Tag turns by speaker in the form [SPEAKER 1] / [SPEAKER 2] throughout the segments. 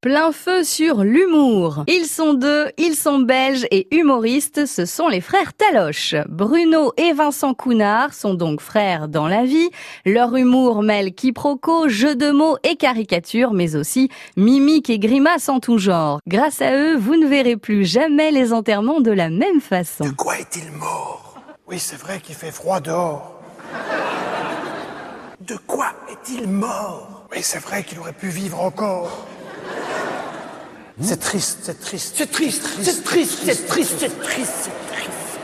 [SPEAKER 1] Plein feu sur l'humour. Ils sont deux, ils sont belges et humoristes, ce sont les frères Taloche. Bruno et Vincent Counard sont donc frères dans la vie. Leur humour mêle quiproquo, jeux de mots et caricatures, mais aussi mimiques et grimaces en tout genre. Grâce à eux, vous ne verrez plus jamais les enterrements de la même façon.
[SPEAKER 2] De quoi est-il mort Oui, c'est vrai qu'il fait froid dehors. De quoi est-il mort Oui, c'est vrai qu'il aurait pu vivre encore. C'est triste, c'est triste, c'est triste, c'est triste, c'est triste, c'est triste, c'est triste.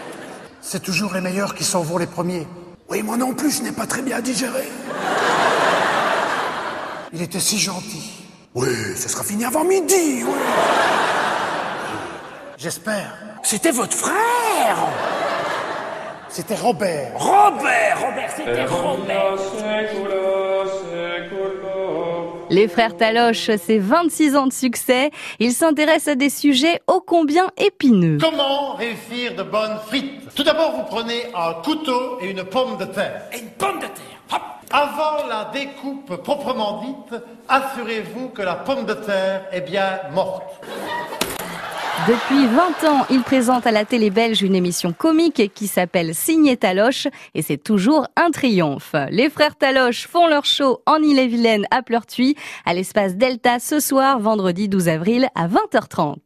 [SPEAKER 2] C'est toujours les meilleurs qui s'en vont les premiers. Oui, moi non plus, je n'ai pas très bien digéré. Il était si gentil. Oui, ce sera fini avant midi, oui. J'espère.
[SPEAKER 3] C'était votre frère
[SPEAKER 2] C'était Robert.
[SPEAKER 3] Robert Robert, c'était Robert
[SPEAKER 1] Les frères Taloche, c'est 26 ans de succès. Ils s'intéressent à des sujets ô combien épineux.
[SPEAKER 4] Comment réussir de bonnes frites Tout d'abord, vous prenez un couteau et une pomme de terre.
[SPEAKER 3] Et une pomme de terre Hop
[SPEAKER 4] Avant la découpe proprement dite, assurez-vous que la pomme de terre est bien morte.
[SPEAKER 1] Depuis 20 ans, ils présentent à la télé belge une émission comique qui s'appelle Signé Taloche et c'est toujours un triomphe. Les frères Taloche font leur show en Ille-et-Vilaine à Pleurtuis à l'espace Delta ce soir, vendredi 12 avril à 20h30.